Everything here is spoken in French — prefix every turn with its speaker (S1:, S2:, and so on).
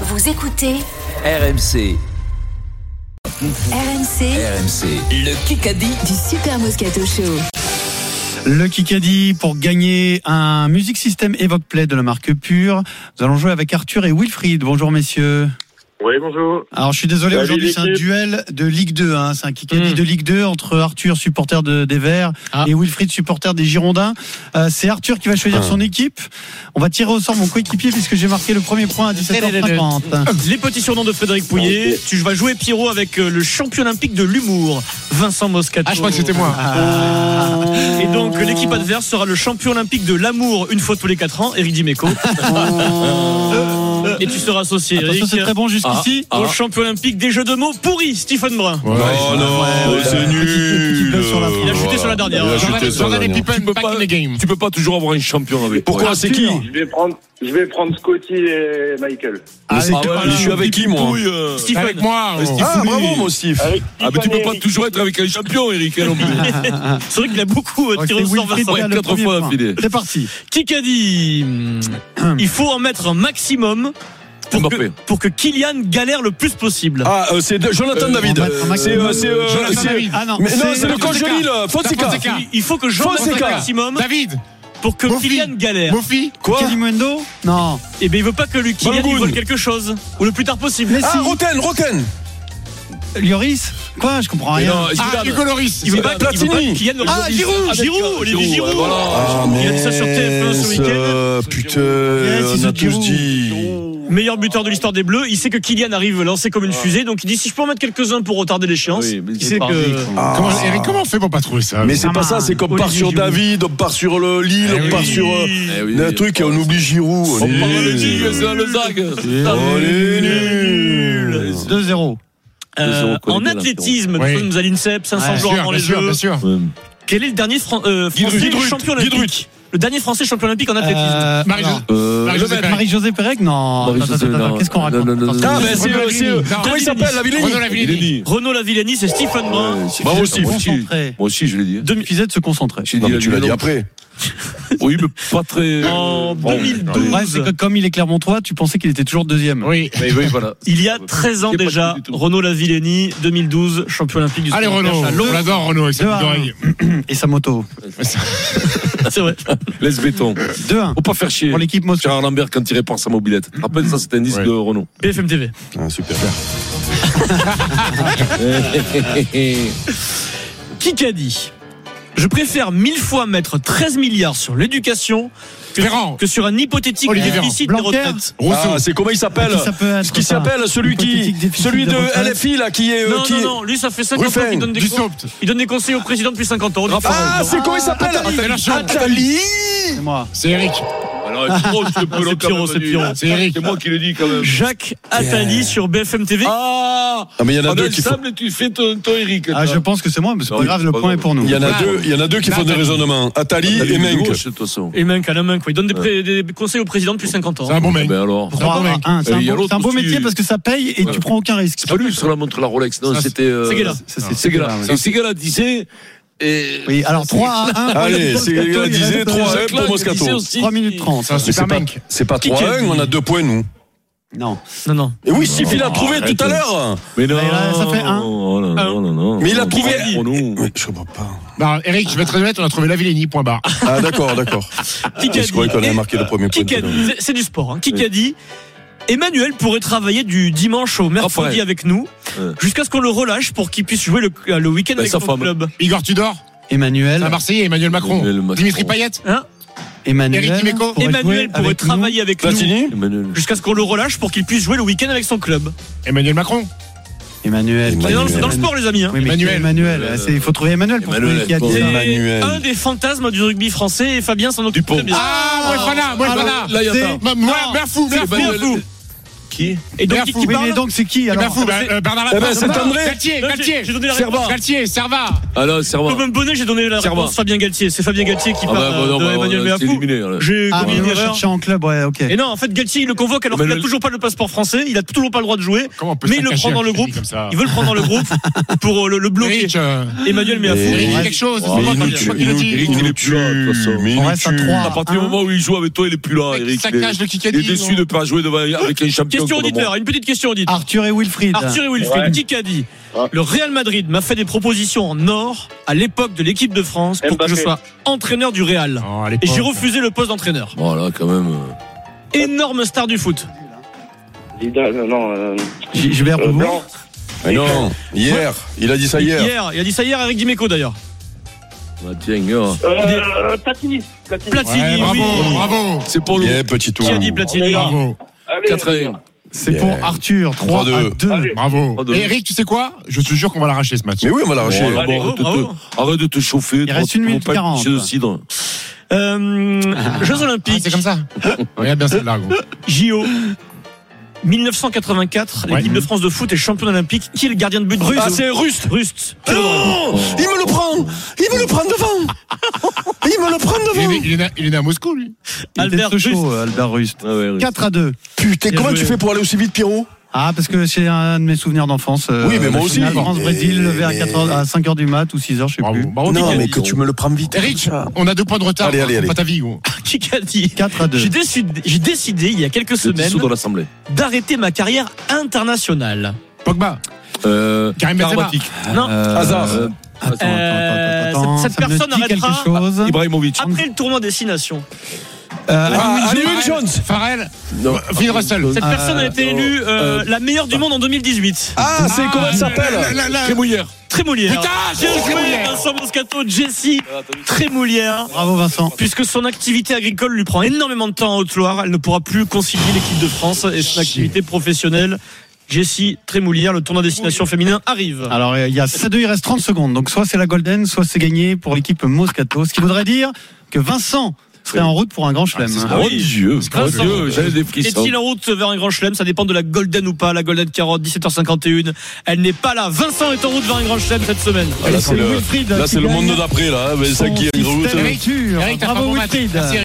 S1: Vous écoutez
S2: RMC,
S1: RMC
S2: RMC, le Kikadi.
S1: du Super Moscato Show.
S3: Le Kikadi pour gagner un Music System Evoque Play de la marque Pure. Nous allons jouer avec Arthur et Wilfried. Bonjour messieurs.
S4: Oui, bonjour.
S3: Alors je suis désolé,
S4: Salut,
S3: aujourd'hui c'est un
S4: l'équipe.
S3: duel de Ligue 2. hein. C'est un Kikadi
S5: Mm.
S3: de Ligue 2 entre Arthur, supporter de- des Verts,
S5: Ah.
S3: et Wilfried, supporter des Girondins. Euh, c'est Arthur qui va choisir son équipe. On va tirer au sort mon coéquipier puisque j'ai marqué le premier point à 17h50.
S5: Les petits surnoms de Frédéric Pouillet. Tu vas jouer Pierrot avec euh, le champion olympique de l'humour, Vincent Moscato.
S6: Ah, je crois que c'était moi.
S5: Ah. Et donc l'équipe adverse sera le champion olympique de l'amour une fois tous les 4 ans, Eric Dimeco. Euh, Et tu seras associé,
S3: Attention,
S5: Eric, Ah.
S3: c'est très bon jusqu'ici.
S5: au champion olympique des jeux de mots pourris, Stephen Brun.
S6: Ouais.
S7: Oh non,
S3: ouais,
S7: c'est
S3: ouais. Petit- petit
S7: nul.
S3: peu sur la fin.
S5: Il a chuté sur la dernière.
S7: Il a chuté
S6: Jordan-
S7: sur la
S6: Jordan
S7: dernière.
S6: Pippen,
S7: Tu peux
S6: back
S7: pas-
S6: in the game.
S7: Tu peux pas toujours avoir un champion avec.
S3: Pourquoi
S7: toi.
S3: c'est qui
S4: Je vais prendre, je vais prendre Scotty et Michael.
S7: Ah,
S3: c'est
S7: ah
S3: que-
S7: ouais,
S3: voilà,
S7: mais Je suis avec qui moi
S5: Pouille, euh,
S6: T'es Avec
S5: Stephen.
S6: moi. oh.
S7: Ah bravo mon Steve.
S4: Avec
S7: Ah mais tu peux
S4: Tiffany
S7: pas
S4: Eric.
S7: toujours être avec un champion Eric. hein, non plus.
S5: C'est vrai qu'il a beaucoup euh,
S3: Ouais,
S5: tiré
S3: c'est
S5: au sort
S3: Oh, Wilfried
S5: Vincent.
S3: qui a le
S7: quatre
S3: premier
S7: fois
S3: point.
S7: affilée.
S3: C'est parti.
S5: Qui qu'a dit Il faut en mettre un maximum pour que,
S7: Mbappé.
S5: pour que Kylian galère le plus possible.
S7: Ah euh, c'est de- Jonathan David.
S3: on va- on va-
S7: C'est euh, c'est euh,
S6: Jonathan
S7: c'est-
S6: David.
S3: Ah non,
S7: Mais non
S6: c'est-
S7: c'est le
S6: Fonseca.
S7: congélie là. Fonseca.
S6: Fonseca.
S5: Il faut que j'en mette
S7: Fonseca.
S5: un maximum
S6: David.
S5: pour que
S6: Mofi.
S5: Kylian
S3: Ah.
S5: galère.
S6: Mofi.
S7: Quoi
S3: Kalimundo Non.
S5: Et bien il veut pas que lui Kylian il
S7: Bangoun.
S5: vole quelque chose ou le plus tard possible.
S7: Ah oh. Roten Roten.
S3: Lloris Quoi Je comprends
S7: Mais
S3: rien.
S7: non,
S6: Ah,
S7: Zidane.
S6: Hugo Loris.
S5: il veut pas, il veut pas que
S7: Platini.
S5: Kylian vole
S7: Ah,
S5: quelque chose.
S7: Giroud.
S5: Giroud, Olivier
S7: Giroud,
S5: Giroud.
S7: ouais, voilà. Ah,
S5: Il a dit ça sur TF1 hein, ce
S7: mince,
S5: week-end.
S7: euh, Putain,
S3: Yes, ils
S7: on
S3: ont
S7: a tous
S3: Giroud.
S7: dit.
S5: Meilleur buteur de l'histoire des Bleus, il sait que Kylian arrive lancé comme une
S7: Ah.
S5: fusée, donc il dit si je peux en mettre quelques-uns pour retarder l'échéance.
S7: Oui, mais
S5: il
S7: c'est
S5: sait
S7: pas
S5: que
S6: Comment- Eric, comment on fait pour pas trouver ça
S7: Ah, Mais c'est pas
S3: Thomas,
S7: ça, c'est qu'on
S3: Olivier
S7: part sur
S3: Giroud.
S7: David, on part sur le Lille,
S6: Eh
S7: on part
S6: oui.
S7: sur euh, un truc et on oublie Giroud. On est nul. On est nul.
S3: 2-0.
S5: Euh, en athlétisme,
S6: Oui.
S5: nous sommes à l'INSEP, 500
S3: Ouais,
S5: jours
S6: Bien sûr,
S5: avant
S6: bien
S5: les
S6: sûr,
S5: Jeux.
S6: bien sûr.
S5: Quel est le dernier Fran- euh, français
S7: Guidrut,
S5: champion olympique Le dernier français champion olympique en athlétisme.
S3: Euh, alors,
S6: Marie-Jo.
S7: Euh,
S6: Marie-Jo Zepel.
S3: Marie-Josée Pérec Non. Attends,
S7: Marie-Josée,
S3: attends, attends,
S7: non.
S3: Qu'est-ce qu'on
S7: Non,
S3: raconte
S7: non, non,
S3: Attends,
S7: non,
S3: attends,
S7: non. Ah, ben, c'est, euh, c'est, euh,
S6: Non.
S7: Comment il s'appelle, la Villeni
S6: Renaud Lavillenie.
S5: Renaud Lavillani, c'est Stephen Brun.
S7: Bravo,
S3: se
S7: Steve. Bah, Moi aussi,
S3: concentrer.
S7: moi aussi, je l'ai dit. hein.
S3: Deux de se concentrer.
S7: J'ai
S3: Non,
S7: dit
S3: mais
S7: la
S3: tu l'as dit.
S7: Villeni après. Oui, mais pas très.
S5: En
S7: Bon,
S5: 2012,
S3: Ouais, c'est que comme il est Clermontois, tu pensais qu'il était toujours deuxième.
S6: Oui.
S7: Mais oui, voilà. Euh,
S5: il y a 13 ans
S7: C'est pas
S5: déjà,
S7: du tout.
S5: Renaud Lavilleni, 2012, champion olympique du
S6: Allez,
S5: sport
S6: Renaud.
S5: perche à
S6: On
S5: Londres.
S6: l'adore, Renaud, avec sa
S3: Deux
S6: petite
S3: à un.
S6: oreille.
S3: Et sa moto.
S5: C'est vrai.
S7: Laisse béton.
S3: 2-1
S7: Faut pas faire chier.
S3: pour l'équipe Moscou.
S7: Gérard Lambert quand il répare sa mobilette. Rappelle ça, c'est un disque
S6: Ouais.
S7: de Renault.
S5: BFM TV.
S7: Ah, super.
S5: Qui qu'a dit Je préfère mille fois mettre 13 milliards sur l'éducation que,
S6: Ferrand.
S5: que sur un hypothétique
S6: Olivier
S5: déficit des
S3: Ferrand. Blanquer.
S5: retraites.
S7: Ah,
S6: Rousseau.
S7: c'est comment il s'appelle
S3: Qui ça peut être,
S7: Ce qui
S3: ça
S7: s'appelle celui qui,
S3: Hypothétique déficit
S7: celui
S3: de
S7: de
S3: retraite.
S7: LFI là, qui est, euh,
S5: Non,
S7: qui
S5: non,
S7: est-
S5: non, lui ça fait 50 ans
S7: Ruffin,
S5: qu'il donne des
S6: Du
S5: conseils.
S6: Sopt.
S5: Il donne des conseils au président depuis 50 ans.
S7: Ah, c'est comment il s'appelle
S6: Attali.
S7: Attali.
S3: C'est moi.
S6: C'est Eric.
S7: Alors, Pierrot, je te peux
S5: C'est Pierrot, c'est Pierrot.
S6: C'est Eric.
S7: C'est moi qui le dis quand même.
S5: Jacques Attali sur BFM TV.
S7: Ah
S8: Ah, mais il y en a
S7: On
S8: deux qui font.
S7: ensemble, tu fais ton, ton Eric.
S3: Ah, je pense que c'est moi, mais c'est
S7: Non,
S3: pas
S7: oui,
S3: grave, le
S7: pas
S3: point est
S7: grave.
S3: pour nous.
S8: Il y en a
S6: Ah.
S8: deux, il y en a deux qui font des
S6: Nathalie.
S8: raisonnements. Atali et Menk.
S5: Et mec, à la main, quoi. Il donne des, pré- des conseils au président depuis 50 ans.
S6: C'est un bon mec.
S7: Ben alors.
S3: 3
S6: mec.
S3: un. C'est
S7: Euh,
S3: un
S7: il y a
S3: bon-
S7: l'autre
S3: c'est un beau
S7: aussi.
S3: métier parce que ça paye et tu
S7: Ouais.
S3: prends aucun risque.
S7: C'est pas lui sur la montre la Rolex, non,
S6: Ça,
S7: c'était. euh,
S5: Seguela.
S3: C'est- c'est-
S7: Seguela.
S3: c'est-
S7: C'est Seguela disait. Et.
S3: Oui, alors 3 à 1.
S8: Allez, c'est la disait
S3: hein,
S8: 3 1 pour Moscato.
S3: 3 minutes 30.
S6: C'est un
S8: Mais c'est
S6: super
S8: pas,
S6: mec.
S8: c'est pas
S5: Qui
S8: 3
S5: qu'a
S8: 1, on a deux points nous.
S3: Non.
S5: Non, non.
S7: Ah,
S8: Et oui, Steve, il a trouvé tout à l'heure.
S7: Mais non.
S3: Mais là, ça fait un.
S7: Oh là
S5: Un.
S7: là là là.
S8: Mais il a trouvé.
S7: Oh non.
S8: Mais je comprends pas.
S6: Bah, Eric, je vais te honnête, on a trouvé la Villenie, point barre.
S8: Ah d'accord, d'accord.
S5: Qui qu'a
S8: Je croyais qu'on avait marqué le premier point.
S5: Qui qu'a
S8: tout à
S5: dit
S8: l'heure.
S5: C'est- C'est du sport. Hein. Qui qu'a dit Emmanuel pourrait travailler du dimanche au mercredi
S7: Après.
S5: avec nous
S7: Ah, Ouais. Ben,
S5: jusqu'à ce qu'on le relâche pour qu'il puisse jouer le, le week-end avec
S7: sa
S5: son
S7: femme.
S5: club.
S6: Igor Tudor,
S3: Emmanuel.
S6: un Marseillais, Emmanuel Macron,
S7: Emmanuel Macron.
S6: Dimitri Payet,
S3: Emmanuel.
S6: Eric Dimeco.
S3: pourrait
S5: Hein Emmanuel
S3: jouer
S5: pourrait
S3: avec nous.
S5: travailler avec nous
S8: Platini
S7: Emmanuel.
S5: jusqu'à ce qu'on le relâche pour qu'il puisse jouer le week-end avec son club.
S6: Emmanuel Macron.
S3: Emmanuel.
S5: C'est dans, le-
S8: Emmanuel.
S5: c'est dans le sport, les amis. hein.
S3: Oui, mais
S6: Emmanuel.
S3: qui est Emmanuel. Ah, c'est- Il faut trouver Emmanuel pour
S7: Emmanuel,
S3: trouver qui a dit
S7: bon.
S5: C'est
S3: ça.
S8: Emmanuel.
S5: un des fantasmes du rugby français et Fabien s'en occupe
S7: Dupont.
S5: très bien.
S6: Ah, Moefana, Moefana.
S7: Là, il y a pas.
S6: Ma- Moi, Merfou,
S7: C'est
S6: Merfou.
S7: Emmanuel-
S6: Merfou.
S7: Qui
S5: Et donc, qui, qui
S3: Oui,
S5: parle Eh
S3: mais donc c'est qui alors Ah,
S6: Merfou, bah, euh, Bernard
S7: Eh ben,
S6: Laporte.
S7: c'est André.
S6: Galtier,
S5: Non, j'ai-
S6: Galtier.
S5: j'ai donné la
S6: Serva.
S5: réponse.
S6: Galtier, Serva.
S7: Alors, c'est
S5: Comme
S7: moi.
S5: un bonnet, j'ai donné la
S7: Servan.
S5: réponse. Fabien Galtier. C'est Fabien Galtier qui
S7: Ah
S5: parle
S7: bah, bah,
S5: euh,
S7: non,
S5: de
S7: bah,
S5: Emmanuel
S7: on a été
S5: Meafou.
S7: éliminé, là.
S5: J'ai
S3: Ah,
S5: commis
S3: mais
S5: une
S3: moi, je
S5: erreur.
S3: cherchais en club, ouais, ok.
S5: Et non, en fait, Galtier, il le convoque alors qu'il n'a
S7: Emmanuel-
S5: toujours pas le passeport français. Il a toujours pas le droit de jouer.
S6: Comment on peut
S5: Mais
S6: se
S5: il le
S6: cacher
S5: prend dans
S6: un
S5: le
S6: crédit
S5: groupe.
S6: comme ça
S5: Ils veulent prendre dans le groupe pour euh, le, le bloquer.
S6: Eric, euh,
S5: Emmanuel Meafou.
S6: Eric,
S8: Ouais.
S6: quelque chose.
S7: Ouais,
S6: c'est
S8: Mais
S6: pas toi
S8: il nous
S6: qui-
S8: tue,
S6: toi qui
S8: il
S6: le
S8: nous-
S6: dis.
S7: Eric,
S8: il
S7: il est
S8: nous
S7: plus
S8: tue.
S7: là, de toute façon.
S8: Mais il
S3: On
S8: nous
S3: reste à
S8: tue.
S3: trois.
S7: À partir du
S3: Un.
S7: moment où il joue avec toi, il est plus là,
S6: Mec,
S7: Eric.
S6: saccage de
S7: Il est
S6: Kikadi.
S7: déçu de ne pas jouer devant, avec un
S5: Question
S7: pour le
S5: auditeur, une petite question auditeur.
S3: Arthur et Wilfried.
S5: Arthur et Wilfried,
S4: Ouais.
S5: qui qu'a dit
S4: Ah.
S5: Le Real Madrid m'a fait des propositions en or à l'époque de l'équipe de France pour que
S4: Mbappé.
S5: je sois entraîneur du Real.
S6: Oh,
S5: Et j'ai refusé le poste d'entraîneur.
S7: Voilà, quand même. euh,
S5: Énorme star du foot.
S4: Vidal, euh, non, euh,
S3: J- Gilbert
S4: euh,
S3: Boubou.
S4: Blanc.
S8: Mais non, hier, il a dit ça hier.
S5: il a dit ça hier Eric Dimeco d'ailleurs.
S7: bah, tiens, gars.
S4: Euh, Platini. Platini.
S5: Platini,
S6: Ouais,
S5: oui.
S6: bravo, bravo.
S7: C'est pour nous.
S8: Bien, petit tour.
S5: Qui a dit Platini
S6: Bravo.
S4: Allez,
S7: 4
S3: C'est
S8: Yeah.
S3: pour Arthur. 3
S8: Trois,
S3: à
S8: deux.
S3: 2.
S4: Allez.
S7: Oh,
S6: Bravo.
S7: de-
S6: Et Eric, tu sais quoi Je te jure qu'on va l'arracher ce match.
S8: Mais oui, on va l'arracher.
S7: Bon,
S5: Allez,
S7: arrête,
S5: bravo.
S7: de te, arrête de te chauffer. toi,
S3: reste
S7: tu
S3: une
S7: bois
S3: minute
S7: pas de
S3: quarante.
S7: pichet de cidre.
S5: Euh, Jeux
S6: Ah,
S5: Olympiques,
S6: c'est comme ça. Regarde bien celle-là, gros.
S5: JO. 1984, l'équipe
S6: Ouais.
S5: de France de foot est championne olympique. Qui est le gardien de but Ah, c'est Rust. Rust. Oh,
S7: Non Il me le prend Il me le prend devant Il me le prend
S6: Il est,
S7: devant
S6: né- il est né- il est né à Moscou, lui.
S5: Albert
S3: Albert
S5: Rust.
S3: chaud, Albert Rust.
S7: Ah ouais, oui.
S3: 4 à 2.
S7: Putain,
S5: Bien
S7: comment
S5: joué.
S7: tu fais pour aller aussi vite, Pierrot
S3: Ah, parce que c'est un de mes souvenirs d'enfance. euh,
S8: Oui, mais moi
S3: la
S8: aussi.
S3: finale France-Brésil,
S8: Mais-
S3: vers
S8: mais-
S3: 4 heures- à 5h du mat ou 6h, je sais
S6: Bravo.
S3: plus.
S6: Bravo,
S7: Non,
S6: Picardie.
S7: mais que tu me le prends vite.
S6: Eric, on a deux points de retard.
S8: Allez, allez,
S6: C'est
S8: allez.
S6: Pas ta vie, gros.
S5: Qui qu'a dit
S3: 4 à 2.
S5: J'ai décidé, j'ai décidé il y a quelques
S7: Je
S5: semaines
S7: dissous dans l'Assemblée.
S5: d'arrêter ma carrière internationale.
S6: Pogba.
S7: Euh,
S6: Karim Benzema.
S7: Karabatic.
S5: Non.
S3: Euh,
S8: Ah,
S7: Hazard.
S3: euh, Attends, attends,
S5: Euh,
S3: attends, attends,
S5: cette-
S3: ça
S5: cette
S3: me
S5: personne
S3: dit quelque
S5: arrêtera-
S3: chose.
S7: Ibrahimovic.
S5: Après le tournoi Destination,
S3: Euh,
S7: Ah,
S6: Alwin
S7: Alwin Jones.
S6: Farrell.
S7: Non.
S6: Phil Russell.
S5: cette personne a été élue euh, la meilleure du monde en 2018.
S7: Ah, c'est comment elle
S6: la- la-
S7: s'appelle
S6: la-
S7: Crémouillère.
S5: Trémoulière.
S6: Putain,
S5: Bien
S6: oh,
S5: joué,
S6: Trémoulière.
S5: Vincent Moscato, Jessie Trémoulière.
S3: Bravo Vincent.
S5: Puisque son activité agricole lui prend énormément de temps en Haute-Loire, elle ne pourra plus concilier l'équipe de France et
S6: Chier.
S5: son activité professionnelle. Jessie Trémoulière, le tournoi Destination féminin arrive.
S3: Alors il y a 7 2, il reste 30 secondes. Donc soit c'est la Golden, soit c'est gagné pour l'équipe Moscato. Ce qui voudrait dire que Vincent serait en route pour un grand chelem.
S5: Ah
S7: Oh
S5: oui.
S7: Dieu,
S5: grave,
S7: oh Dieu,
S5: ça.
S7: j'avais des frissons.
S5: Est-il en route vers un grand chelem Ça dépend de la Golden ou pas. La Golden Carotte, 17h51. Elle n'est pas là. Vincent est en route vers un grand chelem cette semaine.
S7: Ah, là, c'est le-
S3: Wilfried
S7: Là,
S3: qui
S7: c'est le
S3: gagne
S7: monde d'après, là. hein, ben,
S3: son
S7: ça qui est
S3: système
S7: gros, ça.
S3: Arthur.
S6: Eric, t'as
S3: Bravo
S6: pas bon match. Ah,
S3: Wilfried.
S6: Merci, Eric.